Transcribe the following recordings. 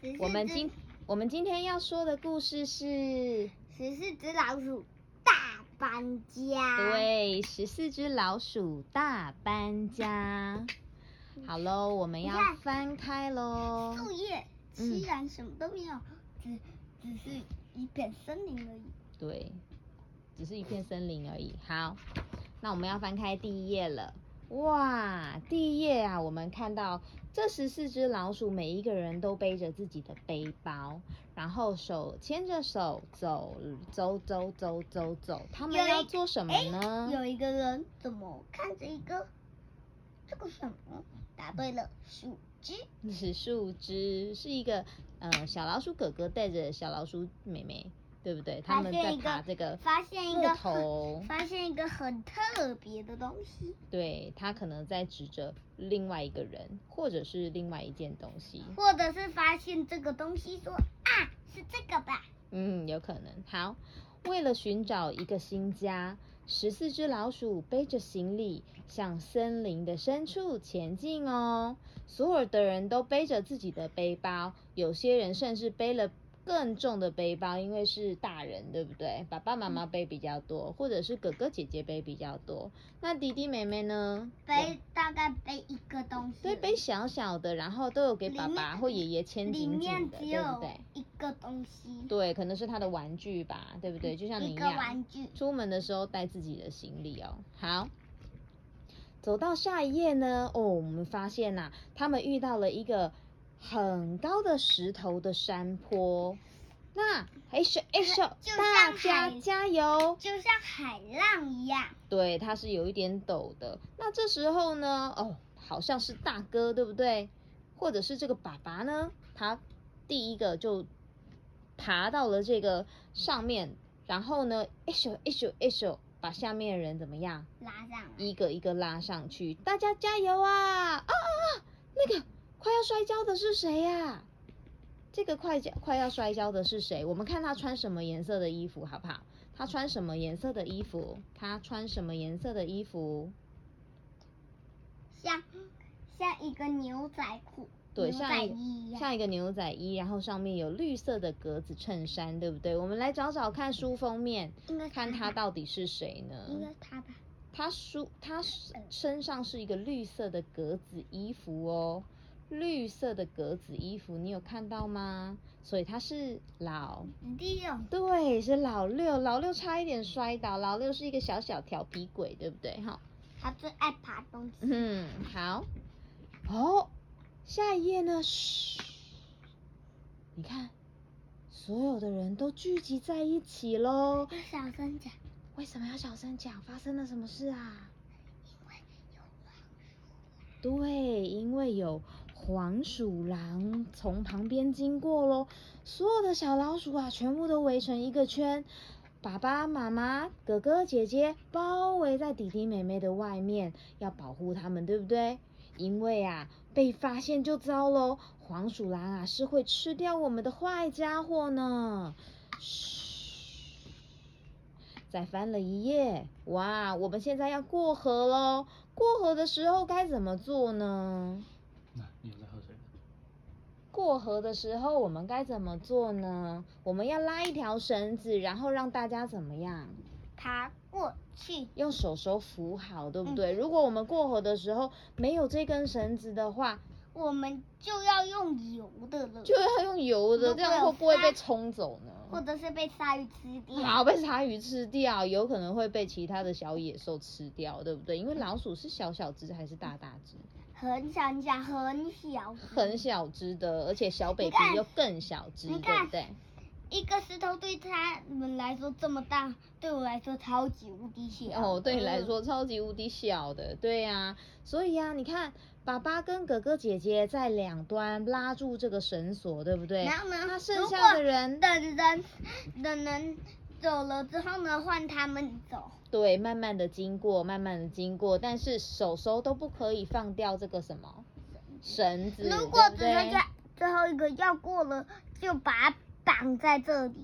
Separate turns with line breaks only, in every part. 十四
我们
只
今我们今天要说的故事是，
十四只老鼠大搬家。，
对，十四只老鼠大搬家。好喽，我们
你
要
看
翻开喽。
树叶
嗯
虽然什么都没有，只只是一片森林而已。
对，只是一片森林而已。好，那我们要翻开第一页了。哇，第一页啊，我们看到这十四只老鼠，每一个人都背着自己的背包，然后手牵着手走走走走走走，他们
有一
要做什么
诶
呢？
有一个人怎么看着一个这个什么？答对了，树枝。
是树枝，是一个呃小老鼠哥哥带着小老鼠妹妹，对不对？他
发
们
现
在
一个
爬这个
发现一
木
个
头
很发现一个很特别的东西。
对他可能在指着另外一个人，或者是另外一件东西。
或者是发现这个东西说啊是这个吧，
嗯，有可能。好，为了寻找一个新家，十四只老鼠背着行李向森林的深处前进哦。所有的人都背着自己的背包，有些人甚至背了。更重的背包，因为是大人，对不对？爸爸妈妈
嗯
背比较多，或者是哥哥姐姐背比较多。那弟弟妹妹呢？
背大概背一个东西而
对，
已，
背小小的，然后都有给
里
爸爸
面
或爷爷
里
牵紧紧
面
的，
只
对不
有
对？
一个东西，
对，可能是他的玩具吧，对不对？就像你
一
一
个
样，
玩具，
出门的时候带自己的行李哦。好，走到下一页呢，哦，我们发现呐、他们遇到了一个很高的石头的山坡。那哎咻哎咻，
就
大
像
家
海
加油！
就像海浪一样，
对，它是有一点陡的。那这时候呢，哦，好像是大哥，对不对？或者是这个爸爸呢，他第一个就爬到了这个上面，然后呢，哎一手一手一手把下面的人怎么样，
拉上来，
一个一个拉上去。大家加油啊！啊啊啊！那个快要摔跤的是谁呀、这个快跤快要摔跤的是谁？我们看他穿什么颜色的衣服，好不好？他穿什么颜色的衣服？他穿什么颜色的衣服？
像像一个牛仔裤，
对，
牛
像
仔
一
衣一样，
像一个牛仔衣，然后上面有绿色的格子衬衫，对不对？我们来找找看书封面，
应该
看他
他吧，
到底是谁
应该
呢？
是他吧，
他书他身上是一个绿色的格子衣服哦，绿色的格子衣服，你有看到吗？所以他是老
利用
对，是老六，老六差一点摔倒，老六是一个小小调皮鬼，对不对？哈，
他最爱爬东西，
嗯，好。哦，下一页呢？嘘，你看，所有的人都聚集在一起喽。
要小声讲，
为什么要小声讲？发生了什么事啊？对，因为有黄鼠狼从旁边经过喽，所有的小老鼠啊，全部都围成一个圈，爸爸妈妈、哥哥姐姐包围在弟弟妹妹的外面，要保护他们，对不对？因为啊，被发现就糟喽，黄鼠狼啊是会吃掉我们的坏家伙呢。嘘。再翻了一页，哇，我们现在要过河喽！过河的时候该怎么做呢？
那你有在喝水吗？
过河的时候我们该怎么做呢？我们要拉一条绳子，然后让大家怎么样？
爬过去，
用手手扶好，对不
嗯
对？如果我们过河的时候没有这根绳子的话，
我们就要用油的了，
就要用游的，
如
这
果
样
有
会不会
鲨
被冲走呢？
或者是被鲨鱼吃掉，
好被鲨鱼吃掉，有可能会被其他的小野兽吃掉，对不对？因为老鼠是小小只还是大大只？
很小很小很小，
很小只的，而且小 baby
看
又更小只，
你
对
看
不对？
一个石头对他们来说这么大，对我来说超级无敌小。
哦，对你来
嗯，
说超级无敌小的，对呀、所以啊呀、你看爸爸跟哥哥姐姐在两端拉住这个绳索，对不对？
然后呢
那剩
如
下
果
的人，
等人等人走了之后呢，换他们走。
对，慢慢的经过，慢慢的经过，但是手手都不可以放掉这个什么绳子，
如果
对不
只剩
对？
下最后一个要过了，就把它绑在这里。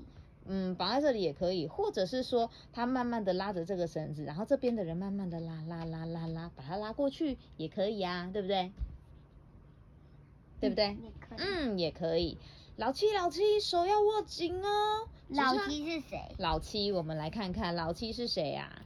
嗯，绑在这里也可以，或者是说他慢慢的拉着这个绳子，然后这边的人慢慢的拉拉拉拉拉，把它拉过去也可以啊，对不对？对不对？
嗯也可以。
嗯，也可以。老七，老七，手要握紧哦。只
老
差
七是谁？
老七，我们来看看老七是谁啊？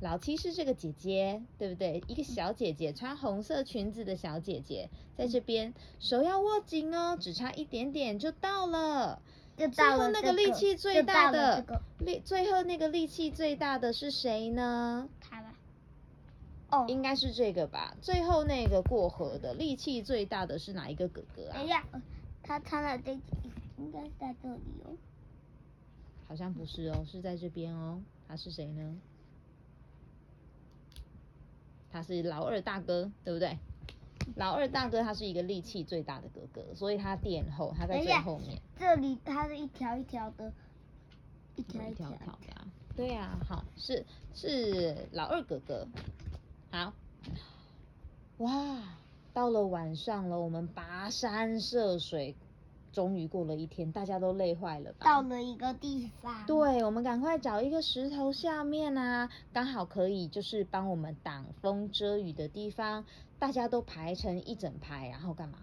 老七是这个姐姐，对不对？一个小姐姐，穿红色裙子的小姐姐，在这边手要握紧哦，只差一点点就到了。
就
最
到
后
了
那
这个
力气最大的
就到了这个
力，最后那个力气最大的是谁呢？
他吧。哦，
应该是这个吧。最后那个过河的力气最大的是哪一个哥哥啊
等一？下，呃他他的这应该是在这里哦。
好像不是哦，是在这边哦。他是谁呢？他是老二大哥，对不对？老二大哥他是一个力气最大的哥哥，所以他垫后，他在
等一
最
下
后面，
这里它是一条一条的，一条
有一
条
条条的、啊。对呀、好，是是老二哥哥。好，哇，到了晚上了，我们跋山涉水，终于过了一天，大家都累坏了吧？
到了一个地方。，
对，我们赶快找一个石头下面啊，刚好可以就是帮我们挡风遮雨的地方。大家都排成一整排，然后干嘛？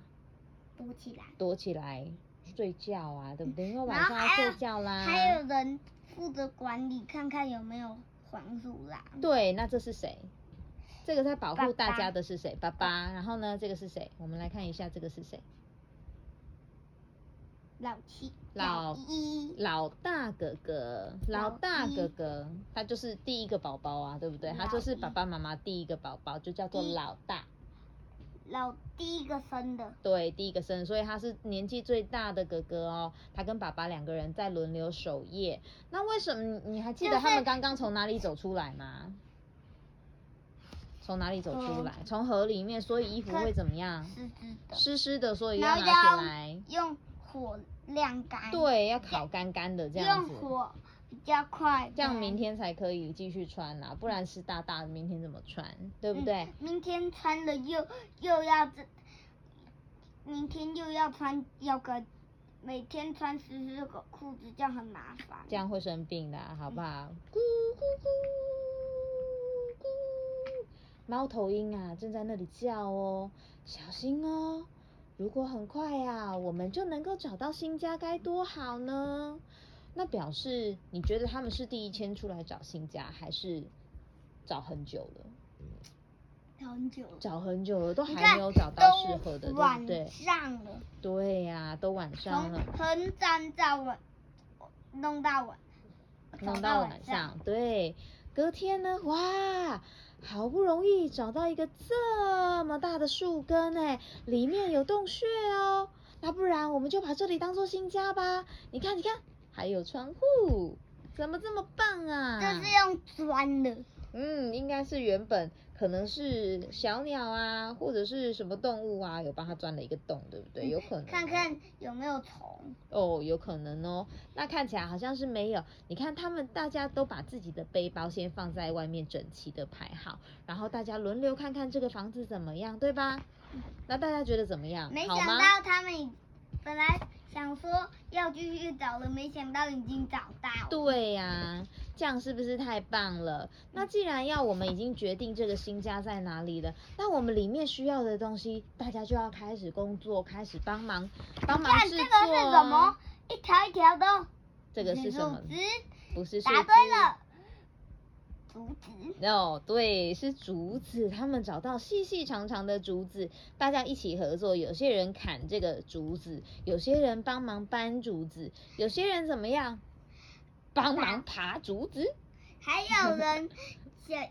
躲起来。
躲起来睡觉啊，对不对？因为晚
然后
上要
还有
睡觉啦。
还有人负责管理，看看有没有黄鼠狼。
对，那这是谁？这个在保
爸
护大
嗯爸
家的是谁？爸爸。然后呢，这个是谁？我们来看一下，这个是谁？
老七、
老
一、
老大哥哥，
老
老大
一
哥哥，他就是第一个宝宝啊，对不对？他
老
就是
一
爸爸妈妈第一个宝宝，就叫做
一
老大。
老第一个生的，
对，第一个生，所以他是年纪最大的哥哥哦。他跟爸爸两个人在轮流守夜。那为什么你还记
就
得他们
是
刚刚从哪里走出来吗？从哪里走出
从
来？从河里面，所以衣服
看
会怎么样？
湿湿的，
湿湿的，所以要
然后
拿起
要
来。
用火晾干。，
对，要烤干干的这样
用
子，
火嗯比较快。
这样明。天才可以继续穿啊啦、不然湿哒哒的，明天怎么穿？对不对？
嗯明天穿了又又要这，明天又要穿要个，每天穿湿湿的裤子，这样很麻烦。
这样会生病的啊、
嗯
好不好？咕咕咕咕，猫头鹰啊，正在那里叫哦，小心哦！如果很快啊，我们就能够找到新家，该多好呢！那表示你觉得他们是第一天出来找新家，还是找很久了？
要很久。
找很久了，都
你
还
看
没有找到适合
都
的，对不
晚
对？
上了，
对呀、都晚上
从
了。
很早很早晚弄到晚，
弄
找
到晚
晚
上，。对，隔天呢，哇，好不容易找到一个这么大的树根哎，里面有洞穴哦，那不然我们就把这里当做新家吧。你看，你看，还有窗户，怎么这么棒啊？
这是用钻的，
嗯，应该是原本可能是小鸟啊，或者是什么动物啊，有帮它钻了一个洞，对不对？有可能、
嗯看看有没有虫。
哦，有可能哦。那看起来好像是没有。你看，他们大家都把自己的背包先放在外面，整齐的排好，然后大家轮流看看这个房子怎么样，对吧？那大家觉得怎么样？
没
好
想
吗？
到他们已本来想说要继续找了，没想到已经找到了。
对呀、这样是不是太棒了？那既然要我们已经决定这个新家在哪里了，那我们里面需要的东西，大家就要开始工作，开始帮忙帮忙
看
制
这
作、
个
哦。
是什么？？一条一条的。
这个是什么
竹？子，
不是树
答
枝
对了。竹子，
哦，对，是竹子，他们找到细细长长的竹子，大家一起合作，有些人砍这个竹子，有些人帮忙搬竹子，有些人怎么样？帮忙爬竹子，
还有人想，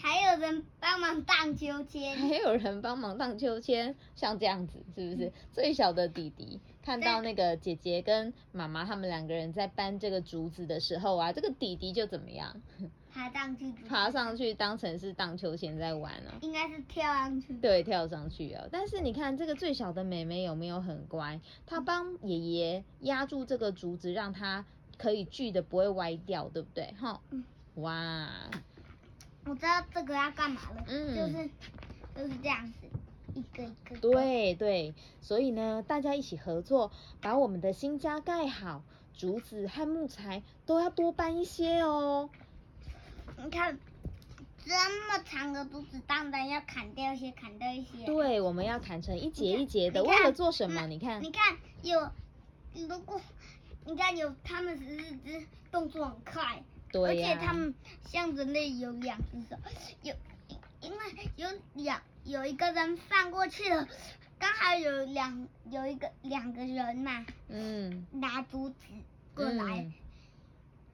还有人帮忙荡秋千。
还有人帮忙荡秋千，像这样子是不是？最小的弟弟看到那个姐姐跟妈妈他们两个人在搬这个竹子的时候啊，这个弟弟就怎么样？
爬上去竹，
爬上去当成是荡秋千在玩哦。
应该是跳上去。
对，跳上去哦。但是你看这个最小的妹妹有没有很乖？她
嗯
帮爷爷压住这个竹子，让它可以锯的不会歪掉，对不对？哈
嗯，
哇，
我知道这个要干嘛了，
嗯
就是就是这样子，一个一个。，
对对，所以呢，大家一起合作，把我们的新家盖好，竹子和木材都要多搬一些哦。
你看这么长的竹子，当然要砍掉一些，砍掉一些。
对，我们要砍成一节一节的，
你
为了
看
做什么？
嗯
你看，
你看有如果你看有他们十四只动作很快，而
对呀、
且他们像人类有两只手，有因为有两有一个人翻过去了，刚好有两有一个两个人嘛
嗯
拿竹子过来，
嗯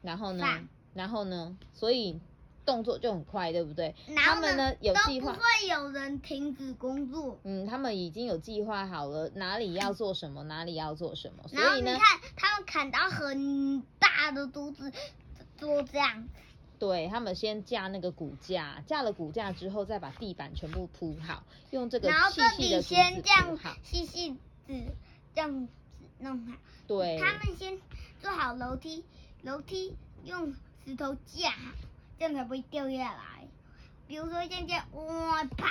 然后呢
放？
然后呢？所以动作就很快，对不对？
然后
他们呢有计
都
划
不，会有人停止工作。
嗯，他们已经有计划好了，哪里要做什么，哪里要做什么，哦所
然后
以
你
呢，
看他们砍到很大的竹子，做这样
对他们先架那个骨架，架了骨架之后，再把地板全部铺好，用这个
然后
细
这
细的
里
竹
先
子
这样
铺好，
细细子这样子弄好。
对，
他们先做好楼梯，楼梯用石头架好，这样才不会掉下来。比如说现在哇啪，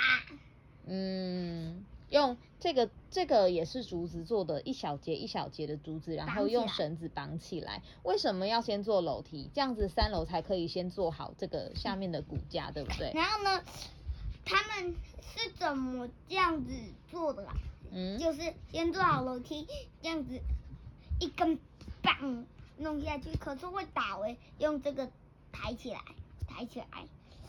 嗯，用这个这个也是竹子做的，一小节一小节的竹子，然
绑
后
起
用
来
绳子绑起来。为什么要先做楼梯？这样子三楼才可以先做好这个下面的骨架，对不对？
然后呢，他们是怎么这样子做的、啊？
嗯，
就是先做好楼梯，这样子一根棒弄下去，可是会倒诶、用这个抬起来，抬起来，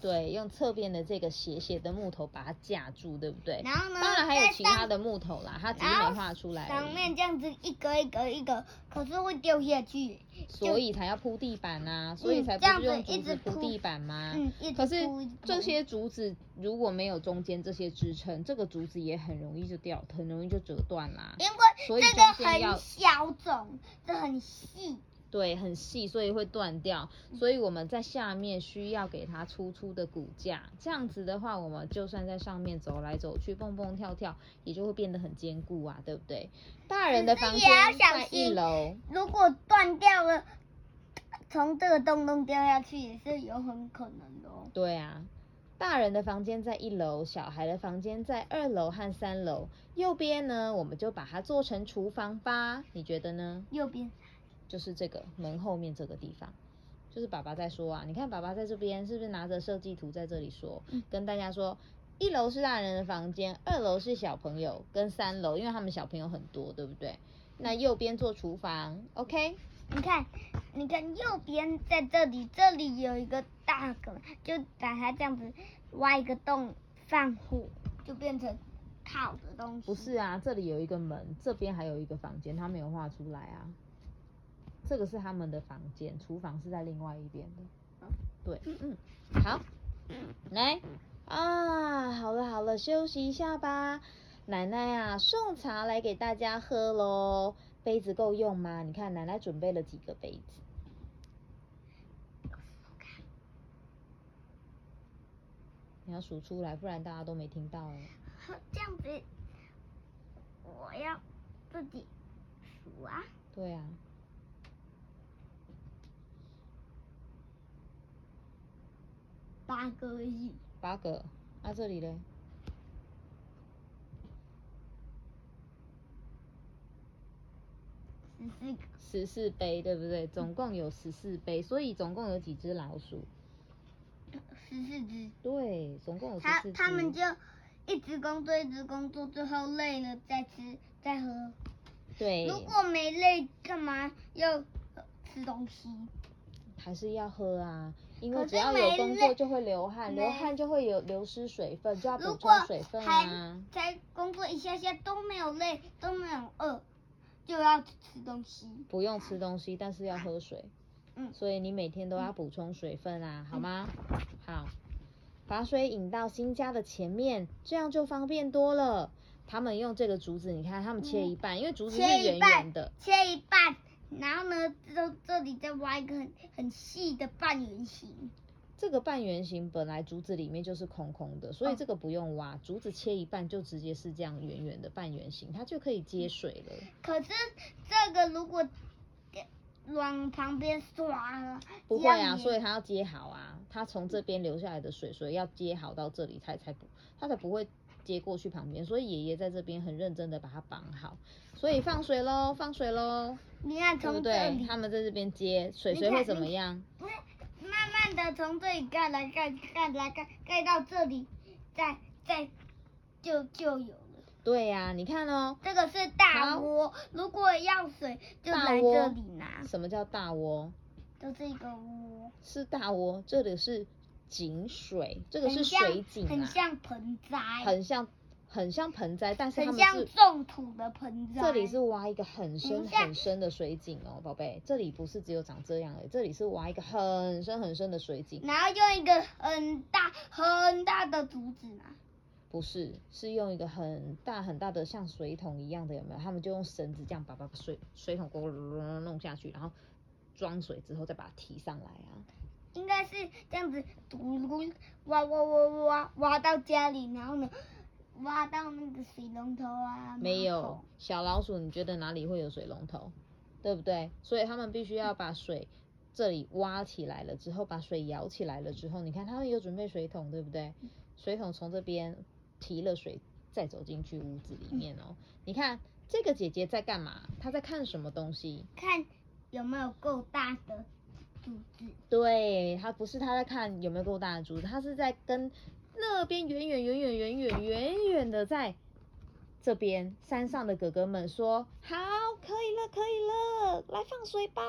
对，用侧边的这个斜斜的木头把它架住，对不对？
然后呢，
当然还有
再
其
上
他的木头啦，它只是
然后
没画出来而
哦上
已
面这样子一格一格一格，可是会掉下去。
所以才要铺地板呐、所以
嗯
才
这样
不是用
子一
竹
直
子铺
铺
地板吗？
嗯一直
可是
铺一直嗯
这
铺
些竹子如果没有中间这些支撑，这个竹子也很容易就掉，很容易就折断啦。
因
所以
为这
中
个
间要
很小种，这很细，
对，很细，所以会断掉。所以我们在下面需要给它粗粗的骨架，这样子的话，我们就算在上面走来走去、蹦蹦跳跳，也就会变得很坚固啊，对不对？大人的
可
房
是
间
也要小
在一
心
楼，
如果断掉了，从这个洞洞掉下去也是有很可能的哦。
对啊，大人的房间在一楼，小孩的房间在二楼和三楼。右边呢，我们就把它做成厨房吧，你觉得呢？
右边，
就是这个门后面这个地方，就是爸爸在说啊，你看爸爸在这边是不是拿着设计图在这里说，跟大家说。一楼是大人的房间，二楼是小朋友跟三楼，因为他们小朋友很多，对不对？那右边做厨房，OK？
你看，你看右边在这里，这里有一个大个，就把它这样子挖一个洞放火，就变成烤的东西。
不是啊，这里有一个门，这边还有一个房间，他没有画出来啊。这个是他们的房间，厨房是在另外一边的。对，嗯，好，来啊，好了好了，休息一下吧。奶奶啊，送茶来给大家喝喽。杯子够用吗？你看奶奶准备了几个杯子？你要数出来，不然大家都没听到哦。
这样子，我要自己数啊。
对啊。
八个而已，
八个，啊这里嘞？
十四个，
十四杯，对不对？总共有十四杯，所以总共有几只老鼠？
十四只。
对，总共有十
他
四只。
啊他们就一直工作，一直工作，最后累了再吃再喝。
对，
如果没累，干嘛要呃吃东西？
还是要喝啊，因为
可
只
是
要有
没
工作
累
就会流汗，流
没
汗就会有流失水分，就要
如
补
果
充水分啊
还。才工作一下下都没有累，都没有饿，就要吃东西。
不用吃东西，但是要喝水。
嗯
所以你每天都要补充水分啊，好吗？好，把水引到新家的前面，这样就方便多了。他们用这个竹子，你看他们切一半，因为竹子是
嗯切一
圆
半
圆的，
切一半，然后呢，这这里再挖一个很很细的半圆形。
这个半圆形本来竹子里面就是空空的，所以
嗯
这个不用挖，竹子切一半就直接是这样圆圆的半圆形，它就可以接水了。
嗯可是这个如果呃往旁边刷了，
不
这
会
样
啊，
也
所以它要接好啊，它从这边流下来的水，所以要接好到这里，它才不，它才不会接过去旁边。所以爷爷在这边很认真的把它绑好，所以放水喽，放水喽，
你看
对不
从这
对？
里
他们在这边接水，
你
水会
看
怎么
你
样？
不是，慢慢的从这里盖来盖盖来盖盖到这里，再再就就有了。
对呀、你看哦，
这个是大
好
窝，如果要水就
大
来
窝
这里拿，
什么叫大窝？
就是一个窝，
是大窝，哦这里是井水，这个
很
是
像
水井啊，
很像盆栽，
很像很像盆栽，但是他
很
们
像
是
种土的盆栽。
这里是挖一个很深
很像
很深的水井哦，宝贝，这里不是只有长这样而已，这里是挖一个很深很深的水井，
然后用一个很大很大的竹子嘛，
不是，是用一个很大很大的像水桶一样的，有没有？他们就用绳子这样把把把水水桶咕噜噜噜弄下去，然后装水之后再把它提上来啊。
应该是这样子，嘟噜挖挖挖挖挖到家里，然后呢，挖到那个水龙头啊，
没
马
有
桶
小老鼠，你觉得哪里会有水龙头？对不对？所以他们必须要把水这里挖起来了之后，把水舀起来了之后，你看他们有准备水桶，对不对？水桶从这边提了水，再走进去屋子里面哦。你看这个姐姐在干嘛？她在看什么东西？
看有没有够大的竹子，
对，他不是他在看有没有够大的竹子，他是在跟那边远远远远远远远远的在这边山上的哥哥们说：“好，可以了，可以了，来放水吧。”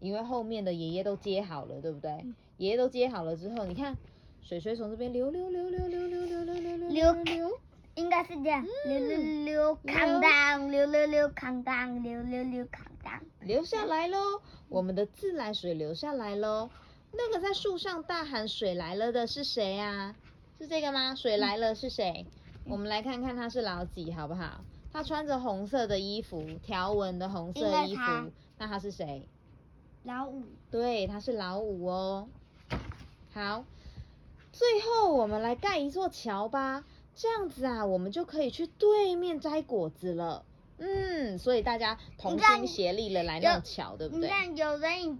因为后面的爷爷都接好了，对不对？爷爷都接好了之后，你看水水从这边流流流流流流流流流流流流，
应该是这
嗯
样，溜溜溜，扛当，溜溜溜，扛当，溜溜溜，扛当。
流下来喽，我们的自来水流下来喽。那个在树上大喊“水来了”的是谁呀、是这个吗？水来了是谁？我们来看看他是老几好不好？他穿着红色的衣服，条纹的红
应
色
该
衣服
他，
那他是谁？
老五，
对，他是老五哦。好，最后我们来盖一座桥吧，这样子啊，我们就可以去对面摘果子了。嗯，所以大家同
你看
心协力了来弄
有
桥，对不
你
对？
看有人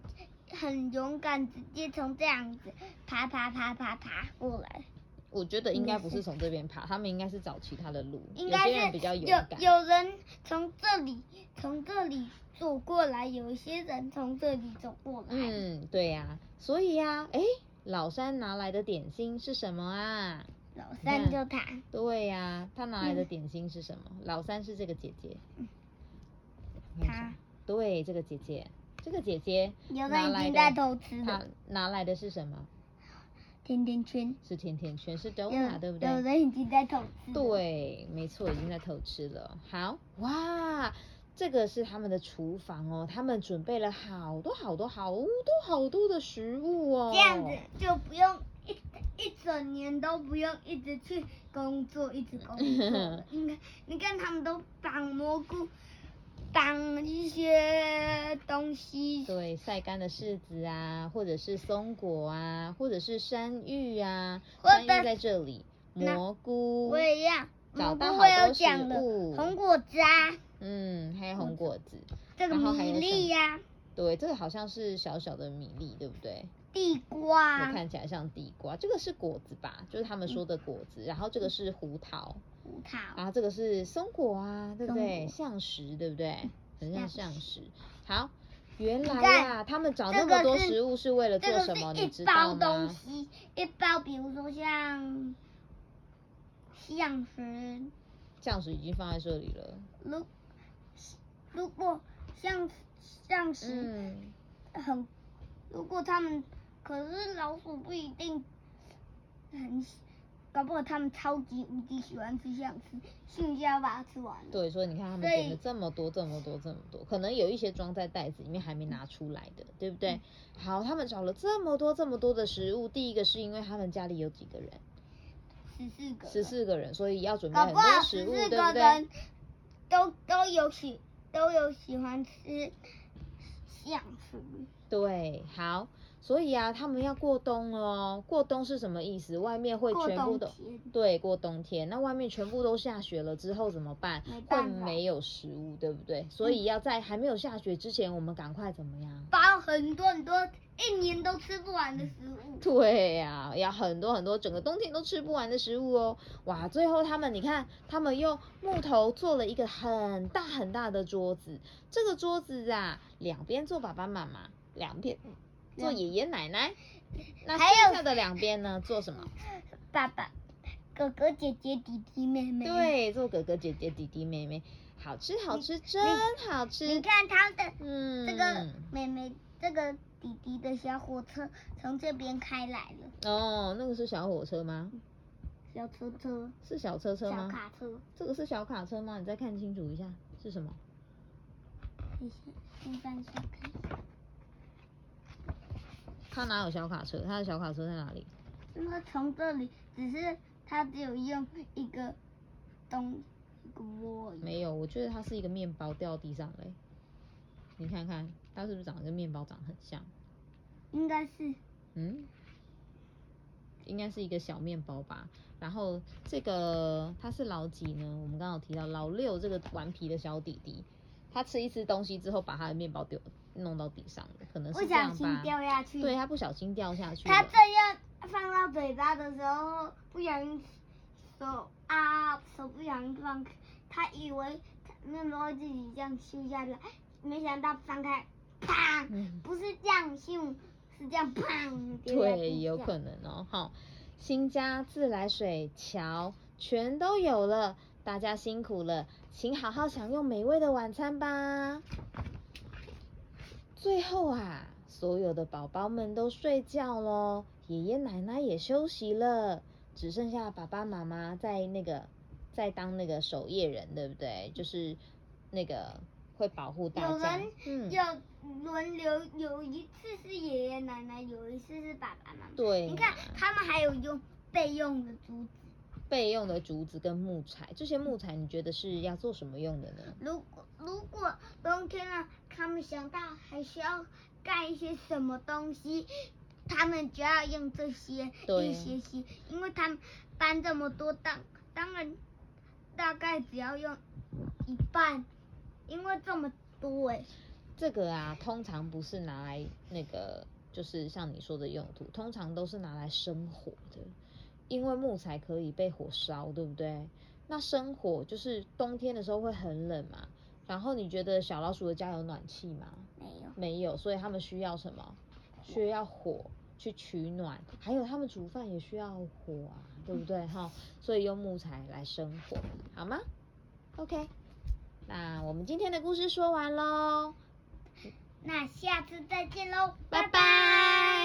很勇敢，直接从这样子爬爬爬爬爬过来，
我觉得应该不
你
是
是
从这边爬，他们应该是找其他的路。
嗯应
有
该
些人
是
比较
有
勇敢。
有人从这里从这里走过来，有一些人从这里走过来。
嗯，对呀、所以呀、诶，老三拿来的点心是什么啊？
老
你
三就
看
他，
对呀、他拿来的
嗯
点心是什么？老三是这个姐姐。我看一
他
下对，这个姐姐，这个姐姐
有
拿
人已
来
经
的
在，偷吃
她
了
拿来的是什么？
甜甜圈，
是甜甜圈，是
有
donut，对不对？
有人已经在偷吃了。
对，没错，已经在偷吃了。好，哇，这个是他们的厨房哦，他们准备了好多好多好多好多的食物哦。
这样子就不用一一整年都不用一直去工作，一直工作了。你看，你看他们都绑蘑菇，绑一些东西，
对，晒干的柿子啊，或者是松果啊，或者是山芋啊，
或
山芋
者
在这里，
那
蘑菇
我，也要。
找
蘑
到
菇
好
我有
多食
讲了，
物
红果子啊，
嗯，还有红果子，
这个
然后还
米
有什
粒
么
呀、
对，这个好像是小小的米粒，对不对？
地瓜
我
啊，
看起来像地瓜，这个是果子吧？就是他
嗯
们说的果子，然后这个是胡桃，
葡萄，
然后这个是松果啊，对不对？
松嗯
橡实，对不对？很像
橡
橡实。好，原来
看
啊，他们找那
这
么
个
多
是
食物是为了
这
做
个
什么？
是
你
一
知
包
道
东
吗？
西，一包，比如说像像是
橡实已经放在这里了。
如如果像像是
嗯，
很，如果他们可是老鼠不一定很喜，搞不好他们超级无敌喜欢吃像吃，剩下把它吃完了。
对，所以你看他们
所以
点了这么多、这么多、这么多，可能有一些装在袋子里面还没
嗯
拿出来的，对不对？好，他们找了这么多、这么多的食物，第一个是因为他们家里有几个人，
十四个人，
十四个人，所以要准备
搞
很
不
多
好
食
十
物，
四
对
个
不对
人？都都有喜都有喜欢吃像是
对，好，所以啊，他们要过冬了哦。过冬是什么意思？外面会
过
全
冬
部都
天。
对，过冬天，那外面全部都下雪了之后怎么办？
没
会
办法嗯
没有食物，对不对？所以要在还没有下雪之前，我们赶快怎么样？
包很多很多，一年都吃不完的食物。
对呀、要很多很多，整个冬天都吃不完的食物哦。哇，最后他们你看，他们用木头做了一个很大很大的桌子，这个桌子啊，两边坐爸爸妈妈，两边做爷爷奶奶，那
嗯还有
剩下的两边呢，做什么？
爸爸，哥哥姐姐弟弟妹妹。，
对，做哥哥姐姐弟弟妹妹，好吃好吃，真好
你
吃。
看他的
嗯，
这个妹妹，这个弟弟的小火车从这边开来了，
哦，那个是小火车吗？
小车车、
是小车车
小
吗？
卡车。
这个是小卡车吗？你再看清楚一下是什么？
你先先翻出看，
它哪有小卡车？它的小卡车在哪里？
那么从这里只是他只有用一个东一个窝而已，
没有，我觉得它是一个面包掉地上嘞。你看看，它是不是长得跟面包长得很像？
应该是
嗯，应该是一个小面包吧。然后这个他是老几呢？我们刚好提到老六这个顽皮的小弟弟，他吃一吃东西之后，把他的面包丢弄到地上了，可能
不
是这
小
样
心
吧。
掉下去。
对他不小心掉下去
他
了
这。样放到嘴巴的时候，不小心手啊手不小心放开，他以为他面包会自己这样咻下来，没想到翻开，砰，
嗯
不是这样咻，是这样砰掉在
对，
地
有
上
可能哦。好，新家自来水、桥全都有了，大家辛苦了，请好好享用美味的晚餐吧。最后啊，所有的宝宝们都睡觉喽，爷爷奶奶也休息了，只剩下爸爸妈妈在那个在当那个守夜人，对不对？就是那个会保护大
有
家
人。
嗯，
有轮流，有一次是爷爷奶奶，有一次是爸爸妈妈。
对
你看他们还有用备用的竹子，
备用的竹子跟木材，这些木材你觉得是要做什么用的呢？
如果如果冬天了，他们想到还需要盖一些什么东西，他们就要用这些
对
一些些，因为他们搬这么多，当当然大概只要用一半，因为这么多哎，
这个啊，通常不是拿来那个，就是像你说的用途，通常都是拿来生火的，因为木材可以被火烧，对不对？那生火就是冬天的时候会很冷嘛，然后你觉得小老鼠的家有暖气吗？
没有
没有，所以他们需要什么？需要火去取暖，还有他们煮饭也需要火啊，对不对哈？所以用木材来生火，好吗？OK，那我们今天的故事说完喽，
那下次再见喽，
拜拜